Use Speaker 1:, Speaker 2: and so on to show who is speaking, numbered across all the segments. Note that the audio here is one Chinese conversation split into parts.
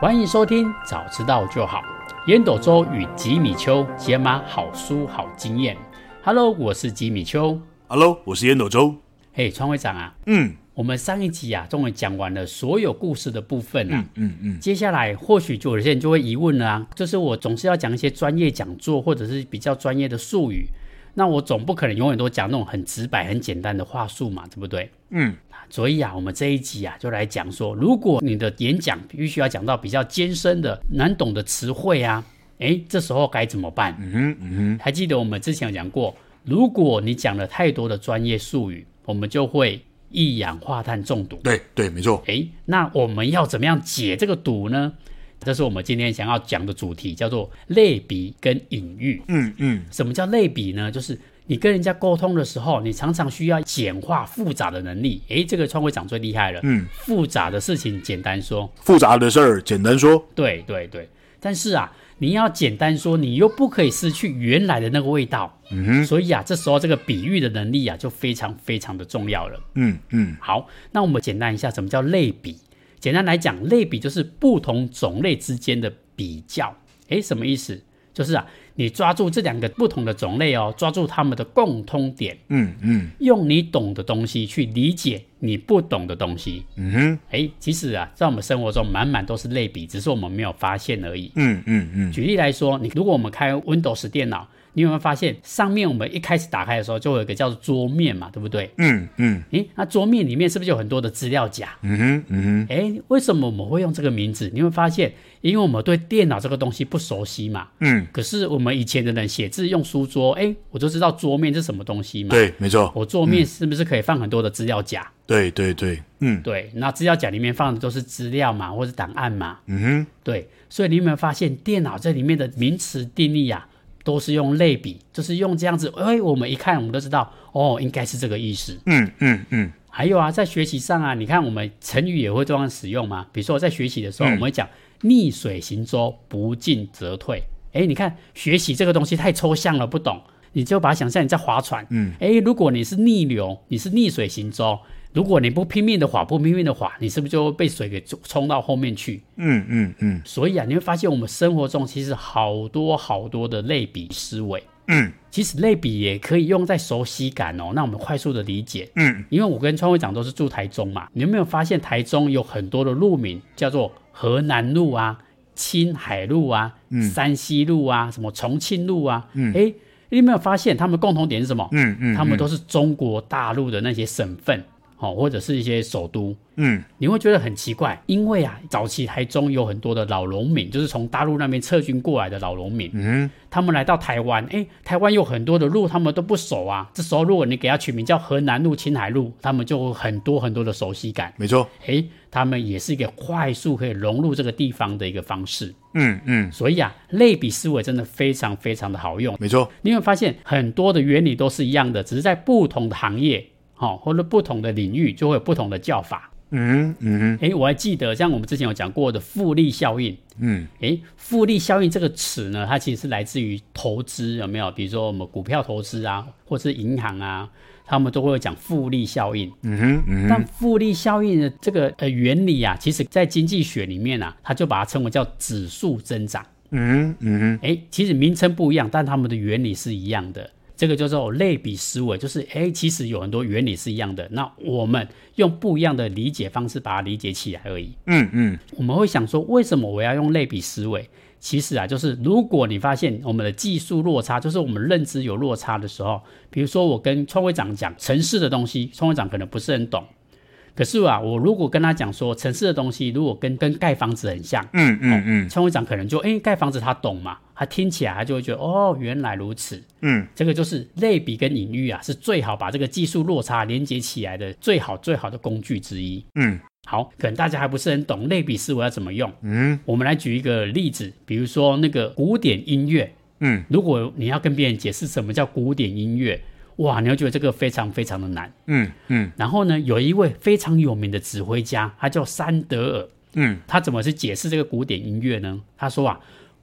Speaker 1: 欢迎收听《早知道就好》，烟斗周与吉米秋解码好书好经验。Hello，我是吉米秋。
Speaker 2: Hello，我是烟斗周。
Speaker 1: 嘿，川会长啊，
Speaker 2: 嗯
Speaker 1: 我们上一集啊，终于讲完了所有故事的部分啊。
Speaker 2: 嗯嗯，
Speaker 1: 接下来或许就有些人就会疑问了啊，就是我总是要讲一些专业讲座或者是比较专业的术语，那我总不可能永远都讲那种很直白、很简单的话术嘛，对不对？
Speaker 2: 嗯，
Speaker 1: 所以啊，我们这一集啊，就来讲说，如果你的演讲必须要讲到比较艰深的、难懂的词汇啊，诶，这时候该怎么办？嗯哼，嗯哼，还记得我们之前有讲过，如果你讲了太多的专业术语，我们就会一氧化碳中毒。
Speaker 2: 对对，没错。
Speaker 1: 诶，那我们要怎么样解这个毒呢？这是我们今天想要讲的主题，叫做类比跟隐喻。
Speaker 2: 嗯嗯
Speaker 1: 什么叫类比呢？就是你跟人家沟通的时候，你常常需要简化复杂的能力。诶，这个创会长最厉害了。
Speaker 2: 嗯，
Speaker 1: 复杂的事情简单说，
Speaker 2: 复杂的事儿简单说。
Speaker 1: 对对对。但是啊，你要简单说，你又不可以失去原来的那个味道。嗯哼。所以啊，这时候这个比喻的能力啊，就非常非常的重要了。
Speaker 2: 嗯嗯
Speaker 1: 好，那我们简单一下，什么叫类比？简单来讲，类比就是不同种类之间的比较。诶，什么意思？就是啊，你抓住这两个不同的种类哦，抓住它们的共通点，
Speaker 2: 嗯嗯
Speaker 1: 用你懂的东西去理解你不懂的东西。
Speaker 2: 嗯哼
Speaker 1: 诶，其实啊，在我们生活中满满都是类比，只是我们没有发现而已。
Speaker 2: 嗯嗯嗯
Speaker 1: 举例来说，你如果我们开 Windows 电脑，你有没有发现上面我们一开始打开的时候就会有一个叫做桌面嘛，对不对？
Speaker 2: 嗯嗯
Speaker 1: 诶，那桌面里面是不是有很多的资料夹？
Speaker 2: 嗯哼嗯哼
Speaker 1: 哎，为什么我们会用这个名字？你会发现，因为我们对电脑这个东西不熟悉嘛。
Speaker 2: 嗯，
Speaker 1: 可是我们以前的人写字用书桌，哎，我就知道桌面是什么东西嘛。，
Speaker 2: 对，嗯没错。
Speaker 1: 我桌面是不是可以放很多的资料夹？
Speaker 2: 对对对，嗯
Speaker 1: 对，那资料夹里面放的都是资料嘛，或是档案嘛。
Speaker 2: 嗯哼
Speaker 1: 对，所以你有没有发现，电脑这里面的名词定义啊，都是用类比，就是用这样子，哎，我们一看我们都知道，哦，应该是这个意思。
Speaker 2: 嗯嗯嗯
Speaker 1: 还有啊，在学习上啊，你看我们成语也会这样使用嘛。比如说我在学习的时候，我们会讲逆水行舟，不进则退。哎，你看学习这个东西太抽象了，不懂，你就把它想象你在划船。嗯，哎，如果你是逆流，你是逆水行舟，如果你不拼命的划，不拼命的划，你是不是就会被水给冲到后面去？
Speaker 2: 嗯嗯嗯
Speaker 1: 所以啊，你会发现我们生活中其实好多好多的类比思维。
Speaker 2: 嗯，
Speaker 1: 其实类比也可以用在熟悉感哦，让我们快速的理解。
Speaker 2: 嗯，
Speaker 1: 因为我跟川会长都是住台中嘛，你有没有发现台中有很多的路名叫做河南路啊、青海路啊、
Speaker 2: 嗯
Speaker 1: 山西路啊、什么重庆路啊？嗯，哎，你有没有发现他们共同点是什么？
Speaker 2: 嗯嗯
Speaker 1: 他们都是中国大陆的那些省份，哦，或者是一些首都。
Speaker 2: 嗯
Speaker 1: 你会觉得很奇怪，因为啊，早期台中有很多的老农民，就是从大陆那边撤军过来的老农民，
Speaker 2: 嗯
Speaker 1: 他们来到台湾，诶，台湾有很多的路他们都不熟啊。这时候如果你给他取名叫河南路、青海路，他们就有很多很多的熟悉感。
Speaker 2: 没错。
Speaker 1: 诶，他们也是一个快速可以融入这个地方的一个方式。
Speaker 2: 嗯嗯，
Speaker 1: 所以啊，类比思维真的非常非常的好用。
Speaker 2: 没错。
Speaker 1: 你会发现很多的原理都是一样的，只是在不同的行业，好、或者不同的领域就会有不同的叫法。
Speaker 2: 嗯嗯
Speaker 1: 诶，我还记得，像我们之前有讲过的复利效应。
Speaker 2: 嗯
Speaker 1: 诶，复利效应这个词呢，它其实是来自于投资，有没有？比如说我们股票投资啊，或是银行啊，他们都会讲复利效应。
Speaker 2: 嗯哼嗯
Speaker 1: 但复利效应的这个呃原理啊，其实在经济学里面啊，它就把它称为叫指数增长。
Speaker 2: 嗯嗯
Speaker 1: 诶，其实名称不一样，但它们的原理是一样的。这个叫做类比思维，就是诶，其实有很多原理是一样的，那我们用不一样的理解方式把它理解起来而已。
Speaker 2: 嗯嗯
Speaker 1: 我们会想说，为什么我要用类比思维？其实啊，就是如果你发现我们的技术落差，就是我们认知有落差的时候，比如说我跟创会长讲城市的东西，创会长可能不是很懂。可是啊，我如果跟他讲说城市的东西，如果跟跟盖房子很像，
Speaker 2: 嗯嗯
Speaker 1: 创会长可能就诶，盖房子他懂嘛，他听起来他就会觉得哦，原来如此。
Speaker 2: 嗯
Speaker 1: 这个就是类比跟隐喻啊，是最好把这个技术落差连接起来的最好最好的工具之一。
Speaker 2: 嗯
Speaker 1: 好，可能大家还不是很懂类比思维要怎么用。
Speaker 2: 嗯
Speaker 1: 我们来举一个例子，比如说那个古典音乐，
Speaker 2: 嗯
Speaker 1: 如果你要跟别人解释什么叫古典音乐，哇，你会觉得这个非常非常的难。
Speaker 2: 嗯嗯
Speaker 1: 然后呢，有一位非常有名的指挥家，他叫山德尔，
Speaker 2: 嗯
Speaker 1: 他怎么去解释这个古典音乐呢？他说啊，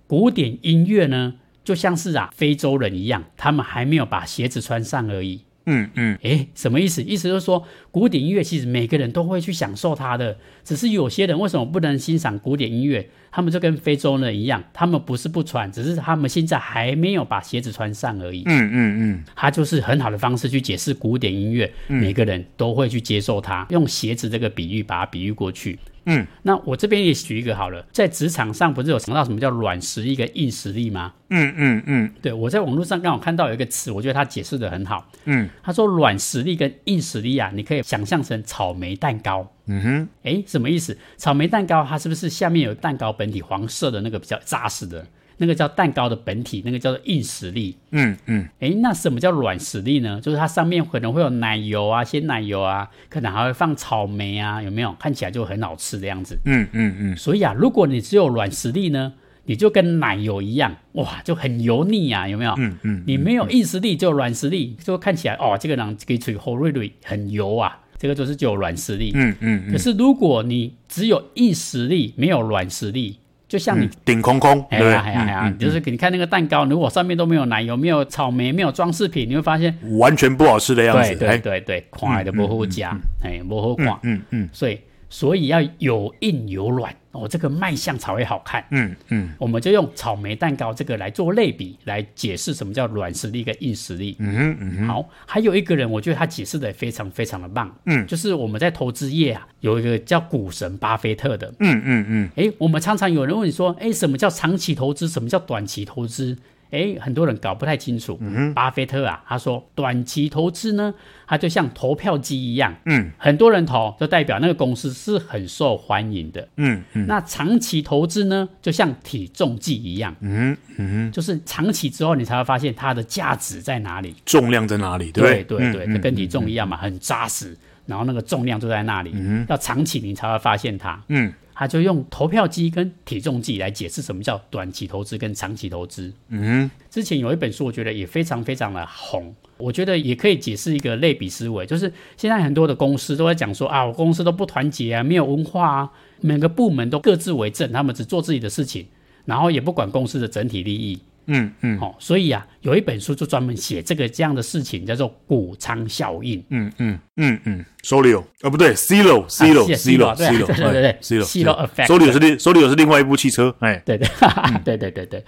Speaker 1: 古典音乐呢，就像是啊非洲人一样，他们还没有把鞋子穿上而已。
Speaker 2: 嗯嗯
Speaker 1: 诶，什么意思？意思就是说，古典音乐其实每个人都会去享受它的，只是有些人为什么不能欣赏古典音乐？他们就跟非洲人一样，他们不是不穿，只是他们现在还没有把鞋子穿上而已。
Speaker 2: 嗯嗯
Speaker 1: 它就是很好的方式去解释古典音乐，每个人都会去接受它。用鞋子这个比喻把它比喻过去。
Speaker 2: 嗯，
Speaker 1: 那我这边也举一个好了，在职场上不是有讲到什么叫软实力跟硬实力吗？
Speaker 2: 嗯嗯嗯
Speaker 1: 对我在网络上刚好看到有一个词，我觉得它解释的很好。
Speaker 2: 嗯，
Speaker 1: 他说软实力跟硬实力啊，你可以想象成草莓蛋糕。
Speaker 2: 嗯哼，
Speaker 1: 诶，什么意思？草莓蛋糕它是不是下面有蛋糕本体黄色的那个比较扎实的，那个叫蛋糕的本体，那个叫做硬实力。
Speaker 2: 嗯嗯
Speaker 1: 诶，那什么叫软实力呢？就是它上面可能会有奶油啊、鲜奶油啊，可能还会放草莓啊，有没有？看起来就很好吃的样子。
Speaker 2: 嗯嗯嗯，
Speaker 1: 所以啊，如果你只有软实力呢，你就跟奶油一样，哇，就很油腻啊，有没有？
Speaker 2: 嗯嗯，
Speaker 1: 你没有硬实力，就有软实力，就看起来哦，这个人给嘴厚瑞瑞很油啊，这个就是就有软实力。
Speaker 2: 嗯嗯
Speaker 1: 可是如果你只有硬实力，没有软实力，就像你
Speaker 2: 嗯，顶空空，
Speaker 1: 哎
Speaker 2: 对不嗯对
Speaker 1: 呀哎呀哎呀，就是你看那个蛋糕，如果上面都没有奶油、没有草莓、没有装饰品，你会发现，
Speaker 2: 嗯完全不好吃的样
Speaker 1: 对
Speaker 2: 子，
Speaker 1: 对
Speaker 2: 哎，
Speaker 1: 对对，看的不好加，哎，不好看。
Speaker 2: 嗯嗯
Speaker 1: 所以所以要有硬有软哦，这个卖相才会好看。
Speaker 2: 嗯嗯
Speaker 1: 我们就用草莓蛋糕这个来做类比，来解释什么叫软实力跟硬实力。
Speaker 2: 嗯哼嗯哼，
Speaker 1: 好，还有一个人，我觉得他解释的也非常非常的棒。
Speaker 2: 嗯
Speaker 1: 就是我们在投资业啊，有一个叫股神巴菲特的。
Speaker 2: 嗯嗯嗯
Speaker 1: 诶，我们常常有人问你说，诶，什么叫长期投资？什么叫短期投资？诶，很多人搞不太清楚。
Speaker 2: 嗯
Speaker 1: 巴菲特啊，他说短期投资呢，它就像投票机一样，
Speaker 2: 嗯
Speaker 1: 很多人投，就代表那个公司是很受欢迎的。
Speaker 2: 嗯嗯
Speaker 1: 那长期投资呢，就像体重计一样，
Speaker 2: 嗯嗯，
Speaker 1: 就是长期之后你才会发现它的价值在哪里。
Speaker 2: 重量在哪里？
Speaker 1: 对
Speaker 2: 对不
Speaker 1: 对对，就
Speaker 2: 嗯
Speaker 1: 跟体重一样嘛，很扎实，然后那个重量就在那里，要长期你才会发现它。
Speaker 2: 嗯
Speaker 1: 他就用投票机跟体重计来解释什么叫短期投资跟长期投资。
Speaker 2: 嗯
Speaker 1: 之前有一本书，我觉得也非常非常的红，我觉得也可以解释一个类比思维，就是现在很多的公司都在讲说啊，我公司都不团结啊，没有文化啊，每个部门都各自为政，他们只做自己的事情，然后也不管公司的整体利益。
Speaker 2: 嗯嗯
Speaker 1: 哦，所以啊，有一本书就专门写这个这样的事情，叫做谷仓效应。
Speaker 2: 嗯嗯嗯嗯，Solio 啊不对，Zero Zero Zero Zero Solio 是另 Solio 是另外一部汽车，哎，
Speaker 1: 对对， 哈哈，对对对对。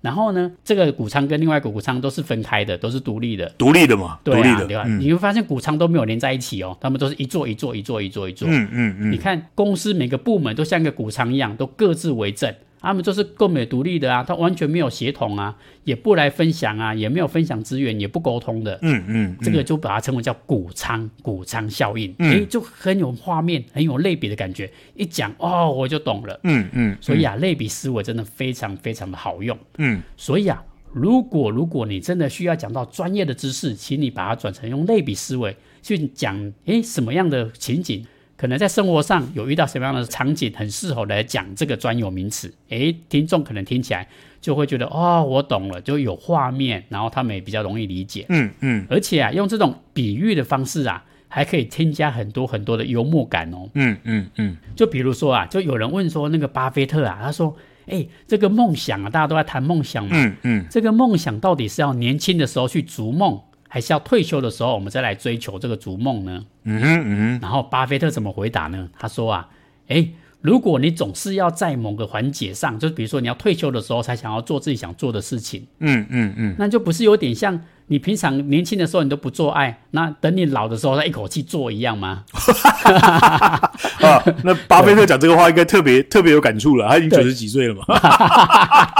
Speaker 1: 然后呢，这个谷仓跟另外一个谷仓都是分开的，都是独立的。
Speaker 2: 独立的嘛，独
Speaker 1: 对
Speaker 2: 立
Speaker 1: 啊，
Speaker 2: 的
Speaker 1: 对，吧？
Speaker 2: 嗯
Speaker 1: 你会发现谷仓都没有连在一起哦，他们都是一座一座一座一座一座。
Speaker 2: 嗯嗯嗯
Speaker 1: 你看公司每个部门都像一个谷仓一样，都各自为政。他们就是购买独立的啊，他完全没有协同啊，也不来分享啊，也没有分享资源，也不沟通的。
Speaker 2: 嗯嗯
Speaker 1: 这个就把它称为叫谷仓谷仓效应，诶，就很有画面，很有类比的感觉。一讲哦，我就懂了。
Speaker 2: 嗯嗯
Speaker 1: 所以啊，类比思维真的非常非常的好用。
Speaker 2: 嗯
Speaker 1: 所以啊，如果如果你真的需要讲到专业的知识，请你把它转成用类比思维去讲，诶，什么样的情景，可能在生活上有遇到什么样的场景，很适合来讲这个专有名词。诶，听众可能听起来就会觉得哦，我懂了，就有画面，然后他们也比较容易理解。
Speaker 2: 嗯嗯
Speaker 1: 而且啊，用这种比喻的方式啊，还可以添加很多很多的幽默感哦。
Speaker 2: 嗯嗯嗯
Speaker 1: 就比如说啊，就有人问说那个巴菲特啊，他说：“哎，这个梦想啊，大家都在谈梦想嘛，
Speaker 2: 嗯嗯
Speaker 1: 这个梦想到底是要年轻的时候去逐梦，还是要退休的时候我们再来追求这个逐梦呢
Speaker 2: 嗯嗯？”
Speaker 1: 然后巴菲特怎么回答呢？他说啊：“哎。”如果你总是要在某个环节上，就比如说你要退休的时候才想要做自己想做的事情，
Speaker 2: 嗯嗯嗯
Speaker 1: 那就不是有点像你平常年轻的时候你都不做爱，那等你老的时候再一口气做一样吗？
Speaker 2: 啊，那巴菲特讲这个话应该特别特别有感触了，他已经九十几岁了嘛。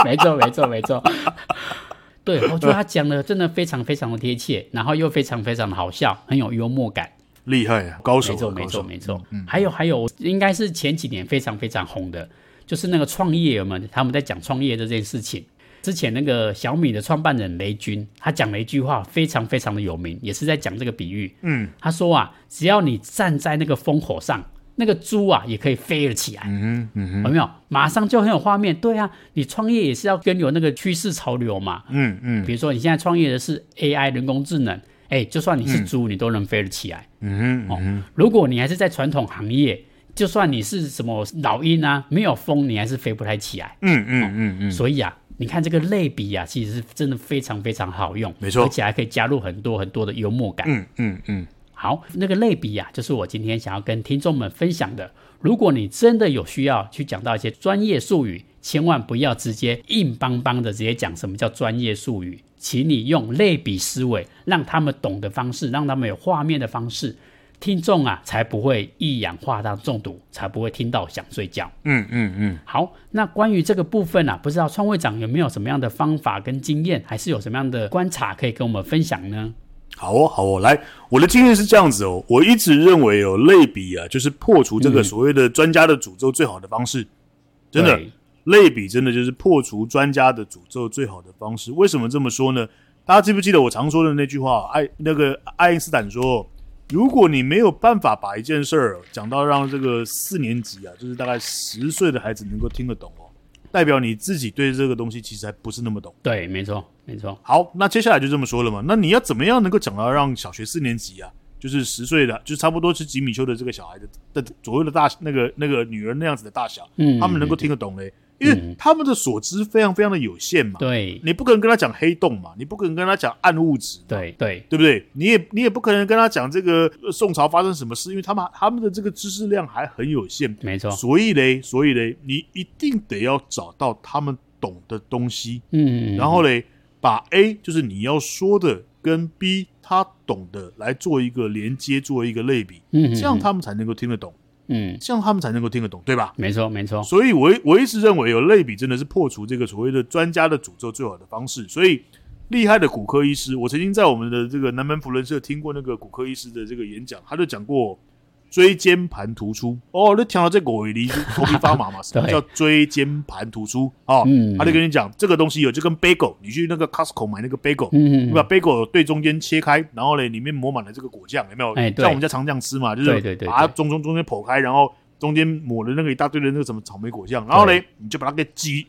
Speaker 1: 没错，没错，没错。对，我觉得他讲的真的非常非常的贴切，然后又非常非常的好笑，很有幽默感。
Speaker 2: 厉害啊，高手
Speaker 1: 没
Speaker 2: 啊，
Speaker 1: 错，没
Speaker 2: 高
Speaker 1: 错，
Speaker 2: 手。
Speaker 1: 没错。还有还有，应该是前几年非常非常红的，就是那个创业们他们在讲创业这件事情。之前那个小米的创办人雷军，他讲了一句话，非常非常的有名，也是在讲这个比喻。
Speaker 2: 嗯，
Speaker 1: 他说啊，只要你站在那个烽火上，那个猪啊也可以飞了起来。
Speaker 2: 嗯嗯
Speaker 1: 有没有？马上就很有画面。对啊，你创业也是要跟有那个趋势潮流嘛。
Speaker 2: 嗯嗯
Speaker 1: 比如说你现在创业的是 AI 人工智能，哎，就算你是猪，你都能飞得起来。
Speaker 2: 嗯
Speaker 1: 哦，如果你还是在传统行业，就算你是什么老鹰啊，没有风，你还是飞不太起来。
Speaker 2: 嗯嗯嗯嗯
Speaker 1: 所以啊，你看这个类比啊，其实是真的非常非常好用，
Speaker 2: 没错
Speaker 1: 而且还可以加入很多很多的幽默感。
Speaker 2: 嗯嗯嗯，
Speaker 1: 好，那个类比啊，就是我今天想要跟听众们分享的。如果你真的有需要去讲到一些专业术语，千万不要直接硬邦邦的直接讲什么叫专业术语，请你用类比思维，让他们懂的方式，让他们有画面的方式，听众啊才不会一氧化碳中毒，才不会听到想睡觉。
Speaker 2: 嗯嗯嗯，
Speaker 1: 好，那关于这个部分啊，不知道创会长有没有什么样的方法跟经验，还是有什么样的观察可以跟我们分享呢？
Speaker 2: 好哦，好哦，来，我的经验是这样子哦，我一直认为有、哦、类比啊，就是破除这个所谓的专家的诅咒最好的方式，嗯、真的，类比真的就是破除专家的诅咒最好的方式。为什么这么说呢？大家记不记得我常说的那句话？爱那个爱因斯坦说，如果你没有办法把一件事儿讲到让这个四年级啊，就是大概十岁的孩子能够听得懂哦。代表你自己对这个东西其实还不是那么懂。
Speaker 1: 对，没错，没错。
Speaker 2: 好，那接下来就这么说了嘛。那你要怎么样能够讲到让小学四年级啊，就是十岁的，就差不多是吉米丘的这个小孩子的左右的大那个那个女儿那样子的大小，
Speaker 1: 嗯，
Speaker 2: 他们能够听得懂嘞？因为他们的所知非常非常的有限嘛。
Speaker 1: 对，
Speaker 2: 你不可能跟他讲黑洞嘛，你不可能跟他讲暗物质，
Speaker 1: 对对，
Speaker 2: 对不对？你也你也不可能跟他讲这个呃宋朝发生什么事，因为他们他们的这个知识量还很有限。
Speaker 1: 没错。
Speaker 2: 所以嘞，所以嘞，你一定得要找到他们懂的东西，
Speaker 1: 嗯，
Speaker 2: 然后嘞，把 A 就是你要说的跟 B 他懂的来做一个连接，做一个类比，
Speaker 1: 嗯，
Speaker 2: 这样他们才能够听得懂。
Speaker 1: 嗯，
Speaker 2: 这样他们才能够听得懂，对吧？
Speaker 1: 没错，没错。
Speaker 2: 所以我，我我一直认为有类比真的是破除这个所谓的专家的诅咒最好的方式。所以，厉害的骨科医师，我曾经在我们的这个南门福伦社听过那个骨科医师的这个演讲，他就讲过椎间盘突出。 哦，你听到这个我 离头皮发麻嘛？什么叫椎间盘突出？哦，
Speaker 1: 嗯、
Speaker 2: 他就跟你讲这个东西有，就跟 bagel，你去那个 Costco 买那个 bagel，
Speaker 1: 嗯，
Speaker 2: 你把 bagel 对中间切开，然后嘞里面抹满了这个果酱，有没有？
Speaker 1: 哎，对
Speaker 2: 像我们家常这样吃嘛，就
Speaker 1: 对对
Speaker 2: 是
Speaker 1: 对
Speaker 2: 把它
Speaker 1: 对
Speaker 2: 中中中间剖开，然后。中间抹了那个一大堆的那个什么草莓果酱，然后嘞，你就把它给挤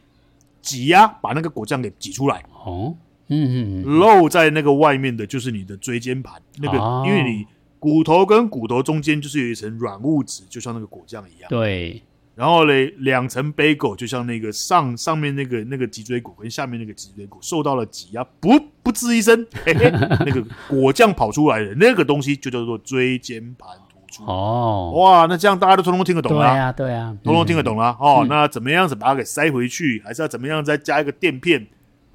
Speaker 2: 挤压，把那个果酱给挤出来，
Speaker 1: 哦，嗯嗯嗯，
Speaker 2: 露在那个外面的就是你的椎间盘，那个、
Speaker 1: 哦
Speaker 2: 因为你骨头跟骨头中间就是有一层软物质，就像那个果酱一样。
Speaker 1: 对，
Speaker 2: 然后嘞，两层杯狗就像那个上上面那个那个脊椎骨跟下面那个脊椎骨受到了挤压，不不吱一声，嘿 嘿，那个果酱跑出来的那个东西就叫做椎间盘突出。
Speaker 1: 哦，
Speaker 2: 哇，那这样大家都通通听得懂
Speaker 1: 对
Speaker 2: 啦、
Speaker 1: 啊，对啊，
Speaker 2: 通通听得懂啦、哦，
Speaker 1: 嗯
Speaker 2: 那怎么样子把它给塞回去？还是要怎么样再加一个垫片，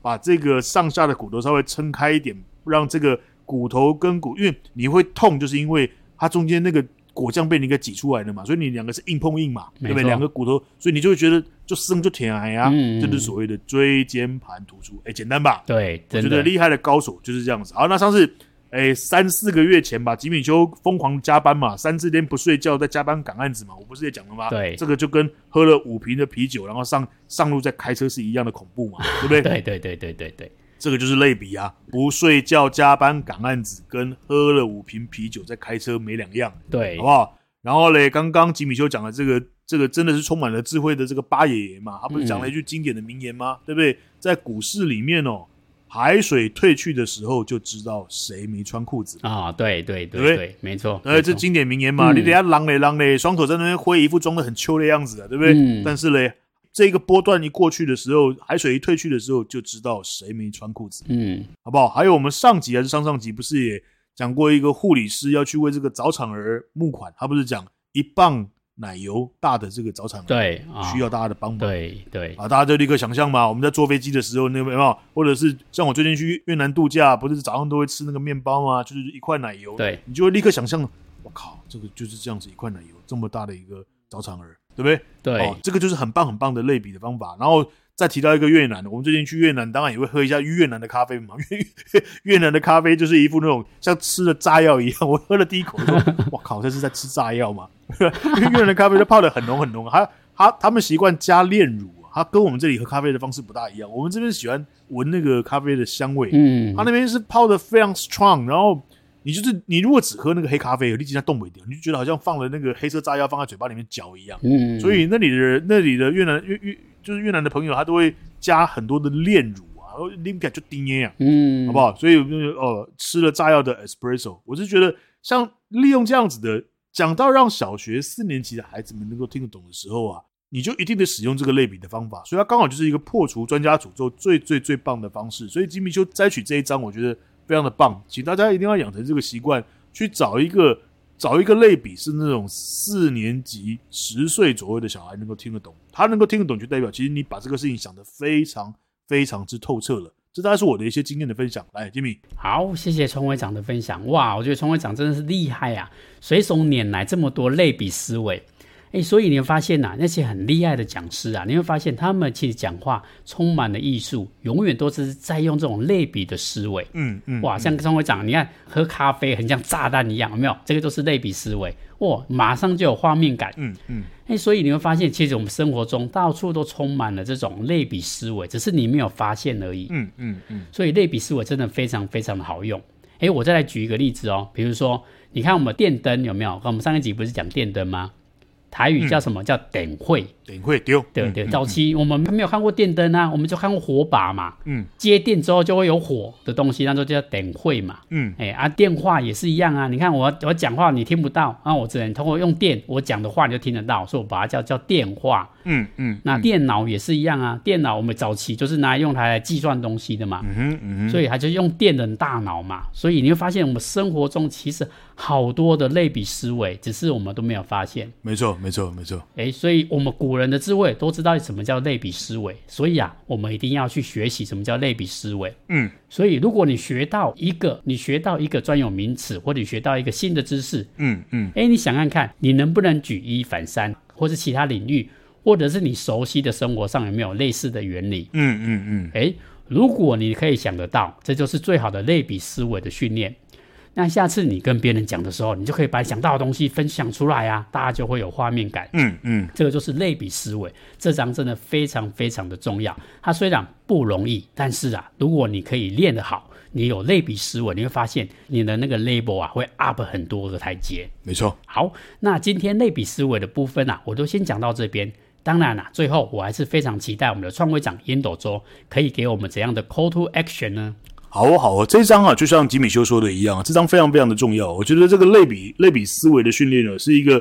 Speaker 2: 把这个上下的骨头稍微撑开一点，让这个骨头跟骨，因为你会痛，就是因为它中间那个果酱被你给挤出来了嘛，所以你两个是硬碰硬嘛，
Speaker 1: 没
Speaker 2: 对
Speaker 1: 错
Speaker 2: 不对？两个骨头，所以你就会觉得就生就舔癌呀，
Speaker 1: 嗯嗯嗯
Speaker 2: 这就是所谓的椎间盘突出。哎，简单吧？
Speaker 1: 对，
Speaker 2: 我
Speaker 1: 真
Speaker 2: 觉得
Speaker 1: 的，
Speaker 2: 厉害的高手就是这样子。好，那上次哎三四个月前吧，吉米修疯狂加班嘛，三四天不睡觉在加班赶案子嘛，我不是也讲了吗？
Speaker 1: 对
Speaker 2: 这个就跟喝了五瓶的啤酒，然后上上路再开车是一样的恐 怖嘛，对不对？
Speaker 1: 对对对对对对，
Speaker 2: 这个就是类比啊，不睡觉加班赶案子跟喝了五瓶啤酒再开车没两样，
Speaker 1: 对
Speaker 2: 好不，好？然后嘞，刚刚吉米修讲的这个，这个真的是充满了智慧的这个八爷爷嘛，他不是讲了一句经典的名言吗？
Speaker 1: 嗯
Speaker 2: 对不对？在股市里面哦，海水退去的时候就知道谁没穿裤子。
Speaker 1: 啊，对对
Speaker 2: 对不
Speaker 1: 对
Speaker 2: 对
Speaker 1: 对，没错，
Speaker 2: 呃，这
Speaker 1: 没错
Speaker 2: 经典名言嘛，
Speaker 1: 嗯
Speaker 2: 你等下狼嘞狼嘞，双手在那边挥，一副装的很秋的样子啊，对不对？
Speaker 1: 嗯
Speaker 2: 但是嘞，这个波段一过去的时候，海水一退去的时候，就知道谁没穿裤子。
Speaker 1: 嗯，
Speaker 2: 好不好？还有我们上集还是上上集，不是也讲过一个护理师要去为这个早产儿募款，他不是讲一磅奶油大的这个早产儿
Speaker 1: 对啊，
Speaker 2: 需要大家的帮忙。
Speaker 1: 对对，
Speaker 2: 啊，大家就立刻想象嘛，我们在坐飞机的时候，那个有没有？或者是像我最近去越南度假，不是早上都会吃那个面包吗？就是一块奶油，
Speaker 1: 对，
Speaker 2: 你就会立刻想象，我靠，这个就是这样子一块奶油，这么大的一个早产儿，对不对？
Speaker 1: 对
Speaker 2: 哦，，这个就是很棒很棒的类比的方法。然后再提到一个越南，我们最近去越南，当然也会喝一下越南的咖啡嘛。越 越南的咖啡就是一副那种像吃了炸药一样，我喝了第一口说：“我靠，这是在吃炸药吗？” 因为越南的咖啡就泡的很浓很浓，它它他们习惯加炼乳，它跟我们这里喝咖啡的方式不大一样。我们这边喜欢闻那个咖啡的香味，
Speaker 1: 嗯
Speaker 2: 他，那边是泡的非常 strong，然后你就是你如果只喝那个黑咖啡，有立即在动不掉，你就觉得好像放了那个黑色炸药放在嘴巴里面嚼一样。
Speaker 1: 嗯，
Speaker 2: 所以那里的那里的越南越越就是越南的朋友，他都会加很多的炼乳啊，然后拎起来就叮耶啊，
Speaker 1: 嗯，
Speaker 2: 好不好？所以呃，吃了炸药的 espresso，我是觉得像利用这样子的，讲到让小学四年级的孩子们能够听得懂的时候啊，你就一定得使用这个类比的方法，所以它刚好就是一个破除专家诅咒最最最棒的方式。所以吉米修摘取这一章，我觉得非常的棒，请大家一定要养成这个习惯，去找一个找一个类比是那种四年级十岁左右的小孩能够听得懂，他能够听得懂，就代表其实你把这个事情想得非常非常之透彻了。这当然是我的一些经验的分享。来，吉米，
Speaker 1: 好，谢谢川会长的分享。哇，我觉得川会长真的是厉害啊，随手拈来这么多类比思维。哎，所以你会发现呐、啊，那些很厉害的讲师啊，你会发现他们其实讲话充满了艺术，永远都是在用这种类比的思维。
Speaker 2: 嗯嗯，
Speaker 1: 哇，像张会长，你看喝咖啡很像炸弹一样，有没有？这个都是类比思维，哇，马上就有画面感。
Speaker 2: 嗯嗯，
Speaker 1: 哎，所以你会发现，其实我们生活中到处都充满了这种类比思维，只是你没有发现而已。
Speaker 2: 嗯嗯嗯，
Speaker 1: 所以类比思维真的非常非常的好用。哎，我再来举一个例子哦，比如说，你看我们电灯有没有？我们上一集不是讲电灯吗？台语叫什么？嗯、叫点会，
Speaker 2: 点会丢。
Speaker 1: 对对，早期我们没有看过电灯啊，我们就看过火把嘛。
Speaker 2: 嗯，
Speaker 1: 接电之后就会有火的东西，那时候就叫点会嘛。
Speaker 2: 嗯，
Speaker 1: 哎、欸、啊，电话也是一样啊。你看我我讲话你听不到，那、啊、我只能通过用电，我讲的话你就听得到，所以我把它叫叫电话。
Speaker 2: 嗯嗯。
Speaker 1: 那电脑也是一样啊，电脑我们早期就是拿来用它来计算东西的嘛。
Speaker 2: 嗯哼嗯哼。
Speaker 1: 所以它就用电人大脑嘛。所以你会发现我们生活中其实好多的类比思维，只是我们都没有发现。
Speaker 2: 没错。没错，没错。
Speaker 1: 哎，所以我们古人的智慧都知道什么叫类比思维，所以啊，我们一定要去学习什么叫类比思维。
Speaker 2: 嗯，
Speaker 1: 所以如果你学到一个，你学到一个专有名词，或者你学到一个新的知识，
Speaker 2: 嗯嗯，
Speaker 1: 哎，你想看看，你能不能举一反三，或是其他领域，或者是你熟悉的生活上有没有类似的原理？
Speaker 2: 嗯嗯嗯。
Speaker 1: 哎、嗯，如果你可以想得到，这就是最好的类比思维的训练。那下次你跟别人讲的时候，你就可以把想到的东西分享出来啊，大家就会有画面感。
Speaker 2: 嗯嗯，
Speaker 1: 这个就是类比思维，这张真的非常非常的重要。它虽然不容易，但是啊，如果你可以练得好，你有类比思维，你会发现你的那个 label 啊会 up 很多个台阶。
Speaker 2: 没错。
Speaker 1: 好，那今天类比思维的部分啊，我都先讲到这边。当然啦、啊，最后我还是非常期待我们的创会长烟斗周可以给我们怎样的 call to action 呢？
Speaker 2: 好哦，好哦，这张啊，就像吉米修说的一样，啊这张非常非常的重要。啊我觉得这个类比类比思维的训练呢，是一个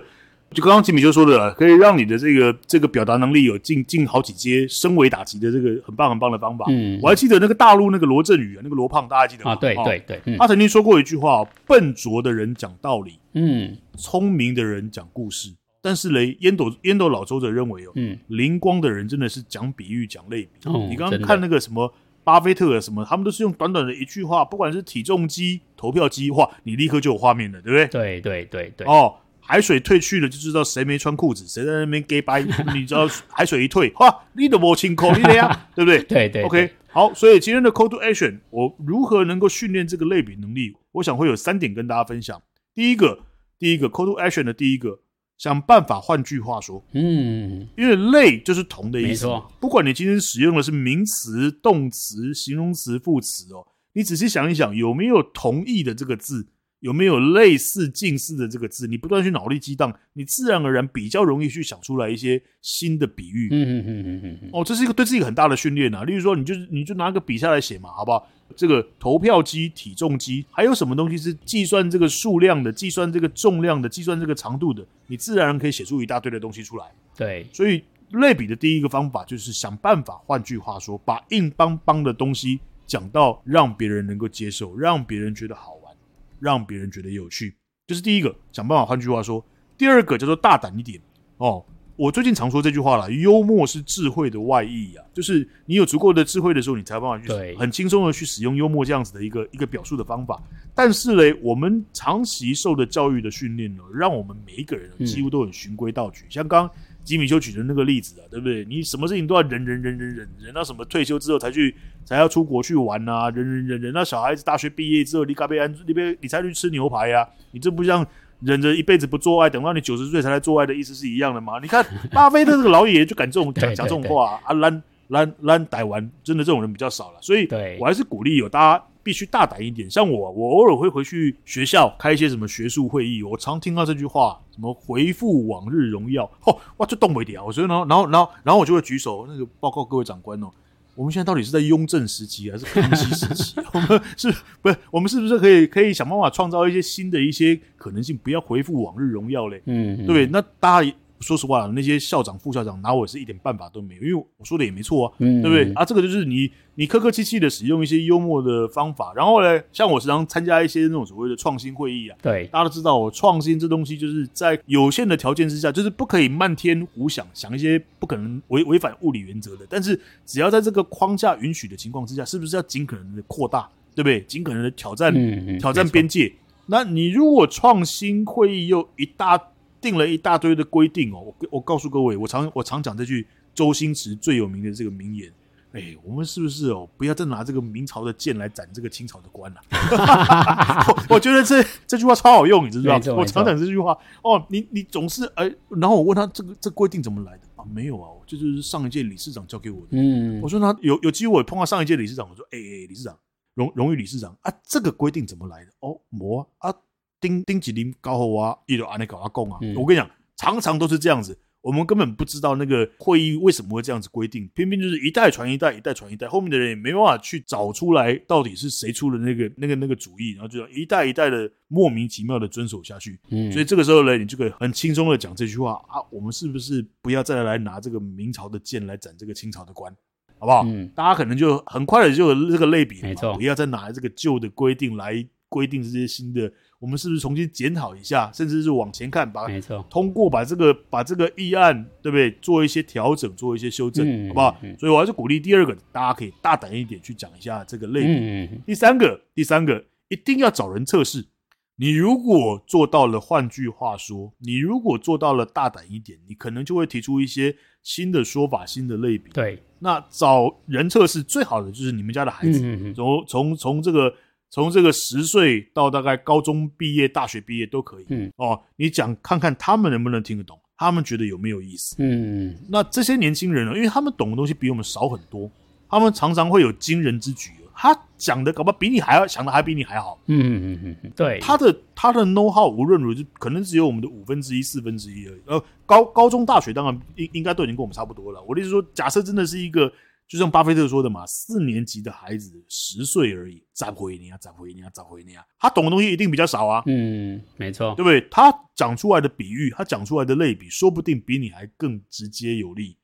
Speaker 2: 就刚刚吉米修说的、啊，可以让你的这个这个表达能力有进进好几阶升维打击的这个很棒很棒的方法。
Speaker 1: 嗯，
Speaker 2: 我还记得那个大陆那个罗振宇啊，那个罗胖，大家记得吗？哦
Speaker 1: 啊，对对对、嗯，
Speaker 2: 他曾经说过一句话：笨拙的人讲道理，
Speaker 1: 嗯，
Speaker 2: 聪明的人讲故事。但是嘞，烟斗烟斗老周者认为哦，
Speaker 1: 嗯，
Speaker 2: 灵光的人真的是讲比喻讲类比。
Speaker 1: 哦、
Speaker 2: 你刚刚看那个什么？巴菲特啊什么，他们都是用短短的一句话，不管是体重机、投票机，哇，你立刻就有画面了，对不
Speaker 1: 对
Speaker 2: 对？
Speaker 1: 对对对。
Speaker 2: 哦，海水退去了就知道谁没穿裤子，谁在那边 gay 掰，你知道海水一退，哇，你都摸清口你了呀，对不对？
Speaker 1: 对对,对。
Speaker 2: OK，好，所以今天的 Call to Action，我如何能够训练这个类比能力？我想会有三点跟大家分享。第一个，第一个 Call to Action 的第一个。想办法，换句话说，
Speaker 1: 嗯，
Speaker 2: 因为类就是同的意思。
Speaker 1: 没
Speaker 2: 不管你今天使用的是名词、动词、形容词、副词哦，你仔细想一想，有没有同义的这个字，有没有类似、近似的这个字？你不断去脑力激荡，你自然而然比较容易去想出来一些新的比喻。
Speaker 1: 嗯嗯嗯嗯嗯。
Speaker 2: 哦，这是一个对自己很大的训练啊。例如说，你就你就拿个笔下来写嘛，好不好？这个投票机、体重机，还有什么东西是计算这个数量的、计算这个重量的、计算这个长度的？你自然可以写出一大堆的东西出来。
Speaker 1: 对，
Speaker 2: 所以类比的第一个方法就是想办法，换句话说，把硬邦邦的东西讲到让别人能够接受，让别人觉得好玩，让别人觉得有趣，这、就是第一个。想办法，换句话说，第二个叫做大胆一点哦。我最近常说这句话了，幽默是智慧的外溢啊，就是你有足够的智慧的时候，你才有办法去很轻松的去使用幽默这样子的一个一个表述的方法。但是嘞，我们长期受的教育的训练呢，让我们每一个人啊几乎都很循规蹈矩。嗯、像刚吉米修举的那个例子啊，对不对？你什么事情都要忍忍忍忍忍忍到什么退休之后才去才要出国去玩啊，忍忍忍忍到小孩子大学毕业之后，你该被安你被你才去吃牛排呀、啊，你这不像。忍着一辈子不做爱，等到你九十岁才来做爱的意思是一样的吗？你看巴菲特这个老爷爷就敢这种讲讲这种话啊！兰兰兰逮完，真的这种人比较少了，所以我还是鼓励有大家必须大胆一点。像我，我偶尔会回去学校开一些什么学术会议，我常听到这句话：什么回复往日荣耀。哦，哇，这动不了！我所以然后然后然后然后我就会举手，那个报告各位长官哦。我们现在到底是在雍正时期还是康熙时期？啊 我们是不是我们是不是可以可以想办法创造一些新的一些可能性，不要回复往日荣耀嘞？
Speaker 1: 嗯，
Speaker 2: 对不对？那大家说实话，那些校长、副校长拿我是一点办法都没有，因为我说的也没错啊，
Speaker 1: 嗯
Speaker 2: 对不对？啊，这个就是你你客客气气的使用一些幽默的方法，然后呢，像我时常参加一些那种所谓的创新会议啊，
Speaker 1: 对，
Speaker 2: 大家都知道，我创新这东西就是在有限的条件之下，就是不可以漫天胡想，想一些不可能违违反物理原则的。但是只要在这个框架允许的情况之下，是不是要尽可能的扩大，对不对？尽可能的挑战、
Speaker 1: 嗯嗯
Speaker 2: 挑战边界。那你如果创新会议又一大定了一大堆的规定哦，我我告诉各位，我常我常讲这句周星驰最有名的这个名言。哎，我们是不是哦？不要再拿这个明朝的剑来斩这个清朝的官了、啊 我我觉得这这句话超好用，你知道
Speaker 1: 没错
Speaker 2: 吗？我
Speaker 1: 没错
Speaker 2: 常讲这句话哦，你你总是哎，然后我问他这个这规定怎么来的啊？没有啊，我这就是上一届理事长教给我的。
Speaker 1: 嗯
Speaker 2: 我，说那有有机会我碰到上一届理事长，我说哎哎，理事长荣荣誉理事长啊，这个规定怎么来的？哦，磨啊，丁丁吉林高后啊，一路阿内搞阿贡啊。
Speaker 1: 嗯
Speaker 2: 我跟你讲，常常都是这样子。我们根本不知道那个会议为什么会这样子规定，偏偏就是一代传一代，一代传一代，后面的人也没办法去找出来到底是谁出了那个那个那个主意，然后就一代一代的莫名其妙的遵守下去。
Speaker 1: 嗯
Speaker 2: 所以这个时候呢，你就可以很轻松的讲这句话啊，我们是不是不要再来拿这个明朝的剑来斩这个清朝的官，好不好？
Speaker 1: 嗯
Speaker 2: 大家可能就很快的就有这个类比了嘛，
Speaker 1: 没错
Speaker 2: 不要再拿这个旧的规定来规定这些新的，我们是不是重新检讨一下，甚至是往前看，把
Speaker 1: 没错，
Speaker 2: 通过把这个把这个议案，对不对？做一些调整，做一些修正，
Speaker 1: 嗯
Speaker 2: 好不好？
Speaker 1: 嗯
Speaker 2: 所以我还是鼓励第二个，大家可以大胆一点去讲一下这个类比。
Speaker 1: 嗯嗯
Speaker 2: 第三个，第三个一定要找人测试。你如果做到了，换句话说，你如果做到了大胆一点，你可能就会提出一些新的说法、新的类比。
Speaker 1: 对，
Speaker 2: 那找人测试最好的就是你们家的孩
Speaker 1: 嗯
Speaker 2: 子，
Speaker 1: 嗯嗯
Speaker 2: 从从从这个从这个十岁到大概高中毕业、大学毕业都可以。
Speaker 1: 嗯
Speaker 2: 哦，你讲看看他们能不能听得懂，他们觉得有没有意思？
Speaker 1: 嗯
Speaker 2: 那这些年轻人呢，因为他们懂的东西比我们少很多，他们常常会有惊人之举哦。他讲的搞不好比你还要想的还比你还好，
Speaker 1: 嗯嗯嗯，对，
Speaker 2: 他的他的 know how 无论如何就可能只有我们的五分之一、四分之一而已。呃，高高中、大学当然应应该都已经跟我们差不多了。我的意思是说，假设真的是一个，就像巴菲特说的嘛，四年级的孩子十岁而已，咋回你啊，咋回你啊，咋回你啊，他懂的东西一定比较少啊，
Speaker 1: 嗯没错，
Speaker 2: 对不对？他讲出来的比喻，他讲出来的类比，说不定比你还更直接有力。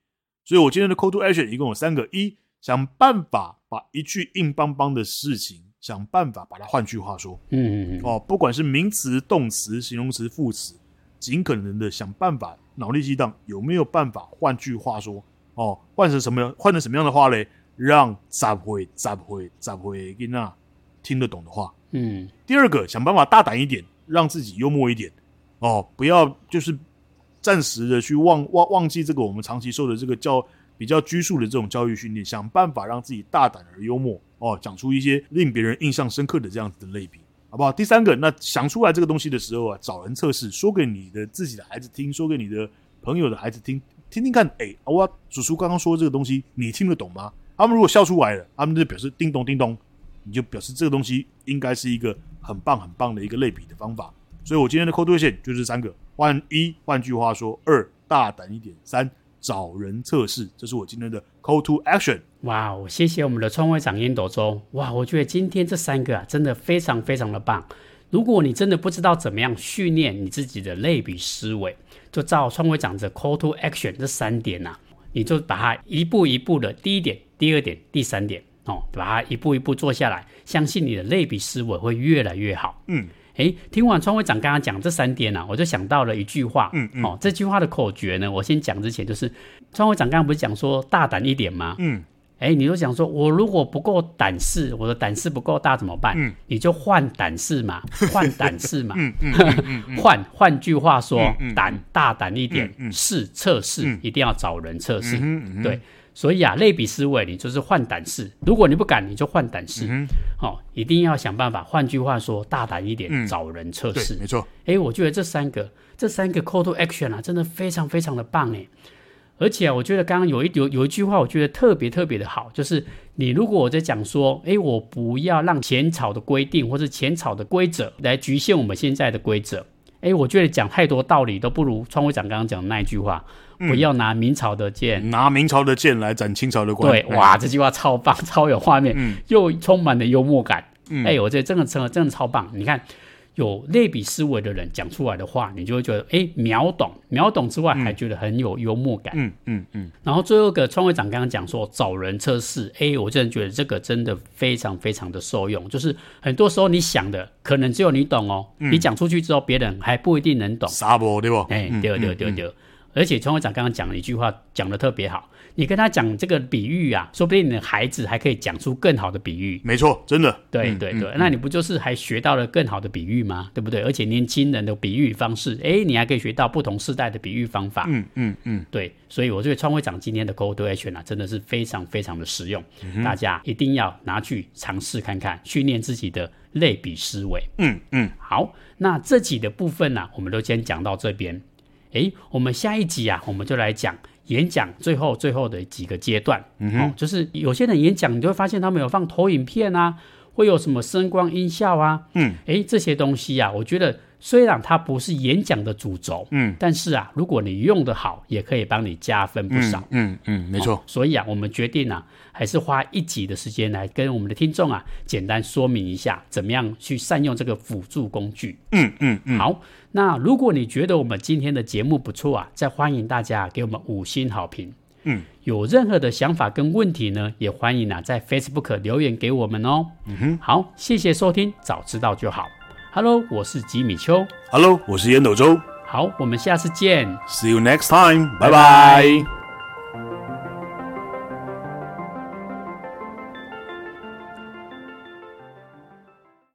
Speaker 2: 所以我今天的 call to action 一共有三个：一，想办法把一句硬邦邦的事情，想办法把它换句话说。
Speaker 1: 嗯嗯嗯
Speaker 2: 哦，不管是名词、动词、形容词、副词，尽可能的想办法脑力激荡，有没有办法？换句话说，哦，换成什么样？换成什么样的话嘞？让咋会咋会咋会给那听得懂的话。
Speaker 1: 嗯
Speaker 2: 第二个，想办法大胆一点，让自己幽默一点哦，不要就是暂时的去忘忘忘记这个我们长期受的这个教比较拘束的这种教育训练，想办法让自己大胆而幽默哦，讲出一些令别人印象深刻的这样子的类比。好不好？第三个，那想出来这个东西的时候啊，找人测试，说给你的自己的孩子听，说给你的朋友的孩子听，听听看。哎、啊哇，叔叔刚刚说这个东西，你听得懂吗？他们如果笑出来了，他们就表示叮咚叮咚，你就表示这个东西应该是一个很棒很棒的一个类比的方法。所以我今天的扣对线就是三个：换一，换句话说，二大胆一点，三找人测试。这是我今天的 call to action。
Speaker 1: 哇哦，谢谢我们的创会长烟斗周。哇，我觉得今天这三个啊，真的非常非常的棒。如果你真的不知道怎么样训练你自己的类比思维，就照创会长的 call to action 这三点呐、你就把它一步一步的，第一点、第二点、第三点哦，把它一步一步做下来，相信你的类比思维会越来越好。
Speaker 2: 嗯，
Speaker 1: 诶，听完创会长刚刚讲这三点啊，我就想到了一句话，
Speaker 2: 嗯嗯
Speaker 1: 哦，这句话的口诀呢，我先讲之前就是，创会长刚刚不是讲说大胆一点吗？
Speaker 2: 嗯，
Speaker 1: 哎，你就想说，我如果不够胆识，我的胆识不够大怎么办？
Speaker 2: 嗯
Speaker 1: 你就换胆识嘛，换胆识嘛，
Speaker 2: 嗯嗯嗯嗯 嗯
Speaker 1: 换换句话说，
Speaker 2: 嗯嗯
Speaker 1: 胆大胆一点，
Speaker 2: 嗯嗯
Speaker 1: 试测试、
Speaker 2: 嗯
Speaker 1: 一定要找人测试。
Speaker 2: 嗯哼嗯哼
Speaker 1: 对，所以啊，类比思维你就是换胆识，如果你不敢，你就换胆识，
Speaker 2: 嗯哼
Speaker 1: 哦，一定要想办法。换句话说，大胆一点，
Speaker 2: 嗯
Speaker 1: 找人测试
Speaker 2: 对，。没错。
Speaker 1: 哎，我觉得这三个这三个 call to action 啊，真的非常非常的棒哎。而且啊，我觉得刚刚有一有有一句话，我觉得特别特别的好，就是你如果我在讲说，哎，我不要让前草的规定或者前草的规则来局限我们现在的规则，哎，我觉得讲太多道理都不如创会长刚刚讲的那一句话，
Speaker 2: 嗯
Speaker 1: 不要拿明朝的剑
Speaker 2: 拿明朝的剑来斩清朝的官。
Speaker 1: 对，
Speaker 2: 哎
Speaker 1: 哇，，这句话超棒，超有画面，
Speaker 2: 嗯
Speaker 1: 又充满了幽默感。
Speaker 2: 嗯
Speaker 1: 哎、我觉得真的真的真的超棒。你看，有类比思维的人讲出来的话，你就会觉得哎秒懂，秒懂之外还觉得很有幽默感。
Speaker 2: 嗯嗯嗯，
Speaker 1: 然后最后一个川会长刚刚讲说找人测试，哎，我真的觉得这个真的非常非常的受用，就是很多时候你想的可能只有你懂哦，
Speaker 2: 嗯
Speaker 1: 你讲出去之后别人还不一定能懂。
Speaker 2: 沙博对不？
Speaker 1: 哎，
Speaker 2: 嗯
Speaker 1: 对对对，对，而且川会长刚刚讲了一句话，讲的特别好，你跟他讲这个比喻啊，说不定你的孩子还可以讲出更好的比喻。
Speaker 2: 没错，真的。
Speaker 1: 对对
Speaker 2: 嗯
Speaker 1: 对，那你不就是还学到了更好的比喻吗？对不对？而且年轻人的比喻方式，哎，你还可以学到不同世代的比喻方法。
Speaker 2: 嗯嗯嗯，
Speaker 1: 对，所以我觉得创会长今天的 Go To Action 啊，真的是非常非常的实用，
Speaker 2: 嗯
Speaker 1: 大家一定要拿去尝试看看，训练自己的类比思维。
Speaker 2: 嗯嗯，
Speaker 1: 好，那这集的部分呢、我们都先讲到这边。诶，我们下一集啊，我们就来讲演讲最后最后的几个阶段。嗯哦，就是有些人演讲，你就会发现他们有放投影片啊，会有什么声光音效啊，
Speaker 2: 嗯，
Speaker 1: 诶，这些东西啊，我觉得虽然它不是演讲的主轴，
Speaker 2: 嗯，
Speaker 1: 但是啊，如果你用得好，也可以帮你加分不少。
Speaker 2: 嗯嗯，没错。
Speaker 1: 所以啊，我们决定啊，还是花一集的时间来跟我们的听众啊，简单说明一下怎么样去善用这个辅助工具。
Speaker 2: 嗯嗯嗯，
Speaker 1: 好，那如果你觉得我们今天的节目不错啊，再欢迎大家给我们五星好评。
Speaker 2: 嗯，
Speaker 1: 有任何的想法跟问题呢，也欢迎啊在 Facebook 留言给我们哦。嗯哼，好，谢谢收听，早知道就好。Hello，我是吉米秋。
Speaker 2: Hello，我是烟斗周
Speaker 1: 好，我们下次见。
Speaker 2: ，See you next time，
Speaker 1: 拜
Speaker 2: 拜拜。